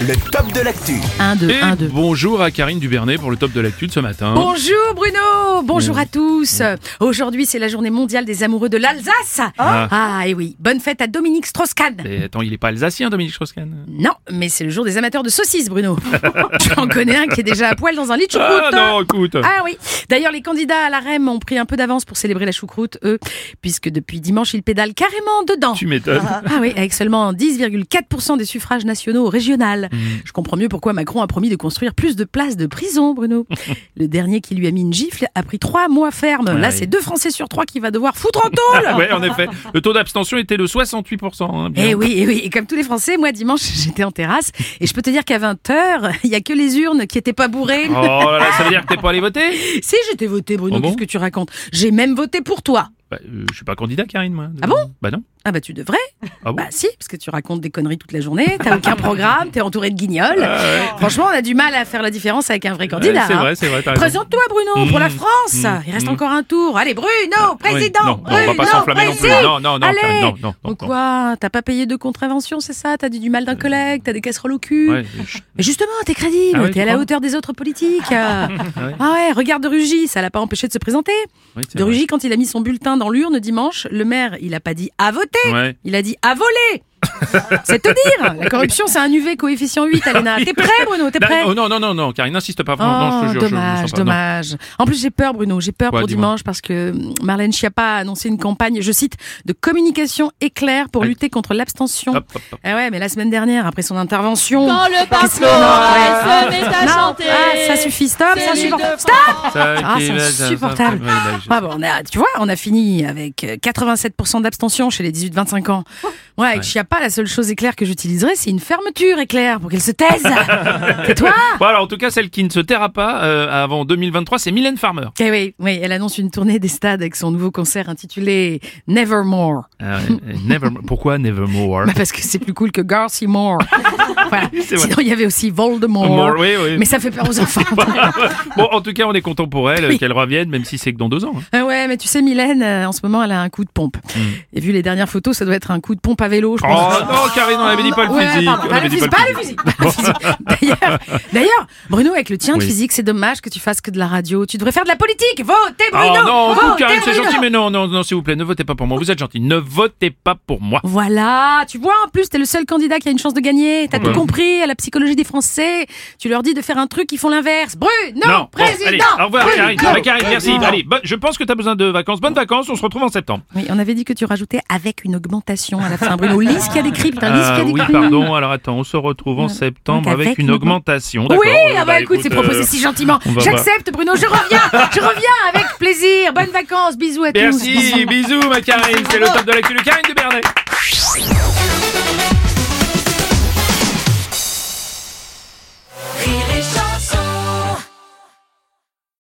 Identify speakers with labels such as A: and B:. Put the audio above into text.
A: le top de l'actu.
B: 1, 2,
C: Et
B: 1, 2.
C: bonjour à Karine Dubernay pour le top de l'actu de ce matin.
B: Bonjour Bruno, bonjour à tous. Aujourd'hui, c'est la journée mondiale des amoureux de l'Alsace.
C: Ah.
B: Ah, et oui, bonne fête à Dominique Strauss-Kahn.
C: Et attends, il est pas alsacien, Dominique Strauss-Kahn
B: Non, mais c'est le jour des amateurs de saucisses, Bruno. J'en connais un qui est déjà à poil dans un lit de
C: Ah
B: choucroute.
C: non, écoute
B: Ah oui. D'ailleurs, les candidats à la REM ont pris un peu d'avance pour célébrer la choucroute, eux, puisque depuis dimanche, ils pédalent carrément dedans.
C: Tu m'étonnes.
B: Ah oui, avec seulement 10,4% des suffrages nationaux ou régional. Je comprends mieux pourquoi Macron a promis de construire plus de places de prison, Bruno. Le dernier qui lui a mis une gifle a pris trois mois ferme. Là,
C: Ouais.
B: c'est deux Français sur trois qui va devoir foutre en tôle.
C: Ah Ouais, en effet. Le taux d'abstention était de 68%. hein, bien.
B: Eh oui, eh oui, et comme tous les Français, moi dimanche j'étais en terrasse et je peux te dire qu'à 20h, il y a que les urnes qui étaient pas bourrées.
C: Oh là là, ça veut dire que t'es pas allé voter
B: Si j'étais voté Bruno,
C: Oh bon
B: qu'est-ce que tu racontes J'ai même voté pour toi.
C: bah, euh, Je suis pas candidat, Karine, moi.
B: Ah bon
C: Bah non.
B: Ah bah tu devrais.
C: Ah bon
B: Bah si, parce que tu racontes des conneries toute la journée, t'as aucun programme, t'es entouré de guignols. Franchement, on a du mal à faire la différence avec un vrai candidat.
C: Ah, Ouais, Eh, c'est
B: hein.
C: vrai, c'est vrai, t'as raison.
B: Présente-toi Bruno
C: Mmh,
B: pour la France.
C: mmh,
B: Il reste
C: mmh.
B: encore un tour. Allez Bruno, président.
C: Ah, Oui, non, non, on va pas
B: Bruno,
C: s'enflammer non plus.
B: président.
C: Non, non, non,
B: Allez.
C: Karine, non, non, non,
B: Oh,
C: non. Euh,
B: quoi T'as pas payé de contravention, c'est ça T'as dit du mal d'un collègue, t'as des casseroles au cul.
C: Ouais, je-
B: Mais justement, t'es crédible,
C: Ah ouais,
B: t'es à
C: tu
B: la
C: crois
B: hauteur des autres politiques. ah
C: ouais,
B: ouais, regarde de Rugy, ça l'a pas empêché de se présenter.
C: oui, c'est
B: De
C: vrai.
B: Rugy, quand il a mis son bulletin dans l'urne dimanche, le maire, il a pas dit à voter.
C: Ouais.
B: Il a dit à voler C'est te dire La corruption, c'est un UV coefficient 8, Alena. T'es prêt, Bruno T'es prêt
C: Ah Non, non, non, non, non, Karine, n'insiste pas.
B: Oh,
C: Non, non, je te jure, je- je me sens
B: dommage,
C: pas- non.
B: dommage. En plus, j'ai peur, Bruno. J'ai peur
C: Quoi,
B: pour
C: dis-moi.
B: dimanche parce que hum, Marlène Schiappa a annoncé une campagne, je cite, de communication éclair pour
C: Aïe.
B: lutter contre l'abstention.
C: Hop, hop, hop.
B: Eh ouais, mais la semaine dernière, après son intervention.
D: Quand le
B: Qu'est-ce que-
D: parcours
B: Non,
D: se met à
B: non,
D: chanter.
B: ah, ça suffit, stop,
D: c'est
B: ça
D: l'île
B: suffit.
D: de
B: Stop
C: Ça,
B: Ah,
C: qui-
B: c'est
C: là, ça- ça-
B: insupportable.
C: ouais, là, je-
B: Ah bon, on a, tu vois, on a fini avec euh, 87% d'abstention chez les 18-25 ans. Moi, avec
C: Ouais.
B: Chiappa, la seule chose éclair que j'utiliserais, c'est une fermeture éclair pour qu'elle se taise. Et toi
C: Bon, alors, en tout cas, celle qui ne se taira pas euh, avant 2023, c'est Mylène Farmer.
B: Eh oui, oui, elle annonce une tournée des stades avec son nouveau concert intitulé Nevermore.
C: Ah ouais, euh, Nevermore. Pourquoi Nevermore
B: Bah, parce que c'est plus cool que Garcy Moore. Voilà.
C: c'est vrai.
B: Sinon, il y avait aussi Voldemort.
C: More, oui, oui.
B: Mais ça fait peur aux enfants.
C: Bon, en tout cas, on est content pour elle,
B: Oui.
C: qu'elle revienne, même si c'est que dans deux ans. hein.
B: Ah ouais, mais tu sais, Mylène, euh, en ce moment, elle a un coup de pompe. Et vu les dernières photos, ça doit être un coup de pompe à vélo, je pense.
C: Hmm. Oh non, Karine, on avait dit pas le
B: Ouais,
C: physique.
B: pardon,
C: on
B: pas
C: avait
B: le
C: dit
B: physique, pas le physique, pas le physique. D'ailleurs, d'ailleurs, Bruno, avec le tien de
C: Oui.
B: physique, c'est dommage que tu fasses que de la radio. Tu devrais faire de la politique. Votez Bruno.
C: Oh non, vous,
B: Votez
C: Karine, c'est
B: Bruno.
C: gentil, mais non, non, non, s'il vous plaît, ne votez pas pour moi. Vous êtes gentil, ne votez pas pour moi.
B: Voilà, tu vois, en plus, t'es le seul candidat qui a une chance de gagner. T'as
C: Ouais.
B: tout compris à la psychologie des Français. Tu leur dis de faire un truc, ils font l'inverse. Bruno,
C: bon,
B: président.
C: allez, au revoir,
B: Bruno.
C: Karine. Bah, Karine, merci. Allez, bonne- je pense que t'as besoin de vacances. Bonnes vacances, on se retrouve en septembre.
B: Oui, on avait dit que tu rajoutais avec une augmentation à la fin. Bruno, lis ce qu'il y a d'écrit, putain, lis ce qu'il y a
C: Ah Euh, oui,
B: d'écrit.
C: pardon, alors attends, on se retrouve en septembre
B: avec
C: avec une
B: une-
C: augmentation.
B: Oui,
C: d'accord.
B: ah bah, écoute, c'est
C: euh,
B: proposé si gentiment.
C: on va
B: J'accepte, Bruno, je reviens, je reviens avec plaisir. Bonnes vacances, bisous à tous.
C: Merci, bisous, ma Karine. C'est le top de l'actu de Karine Dubernet.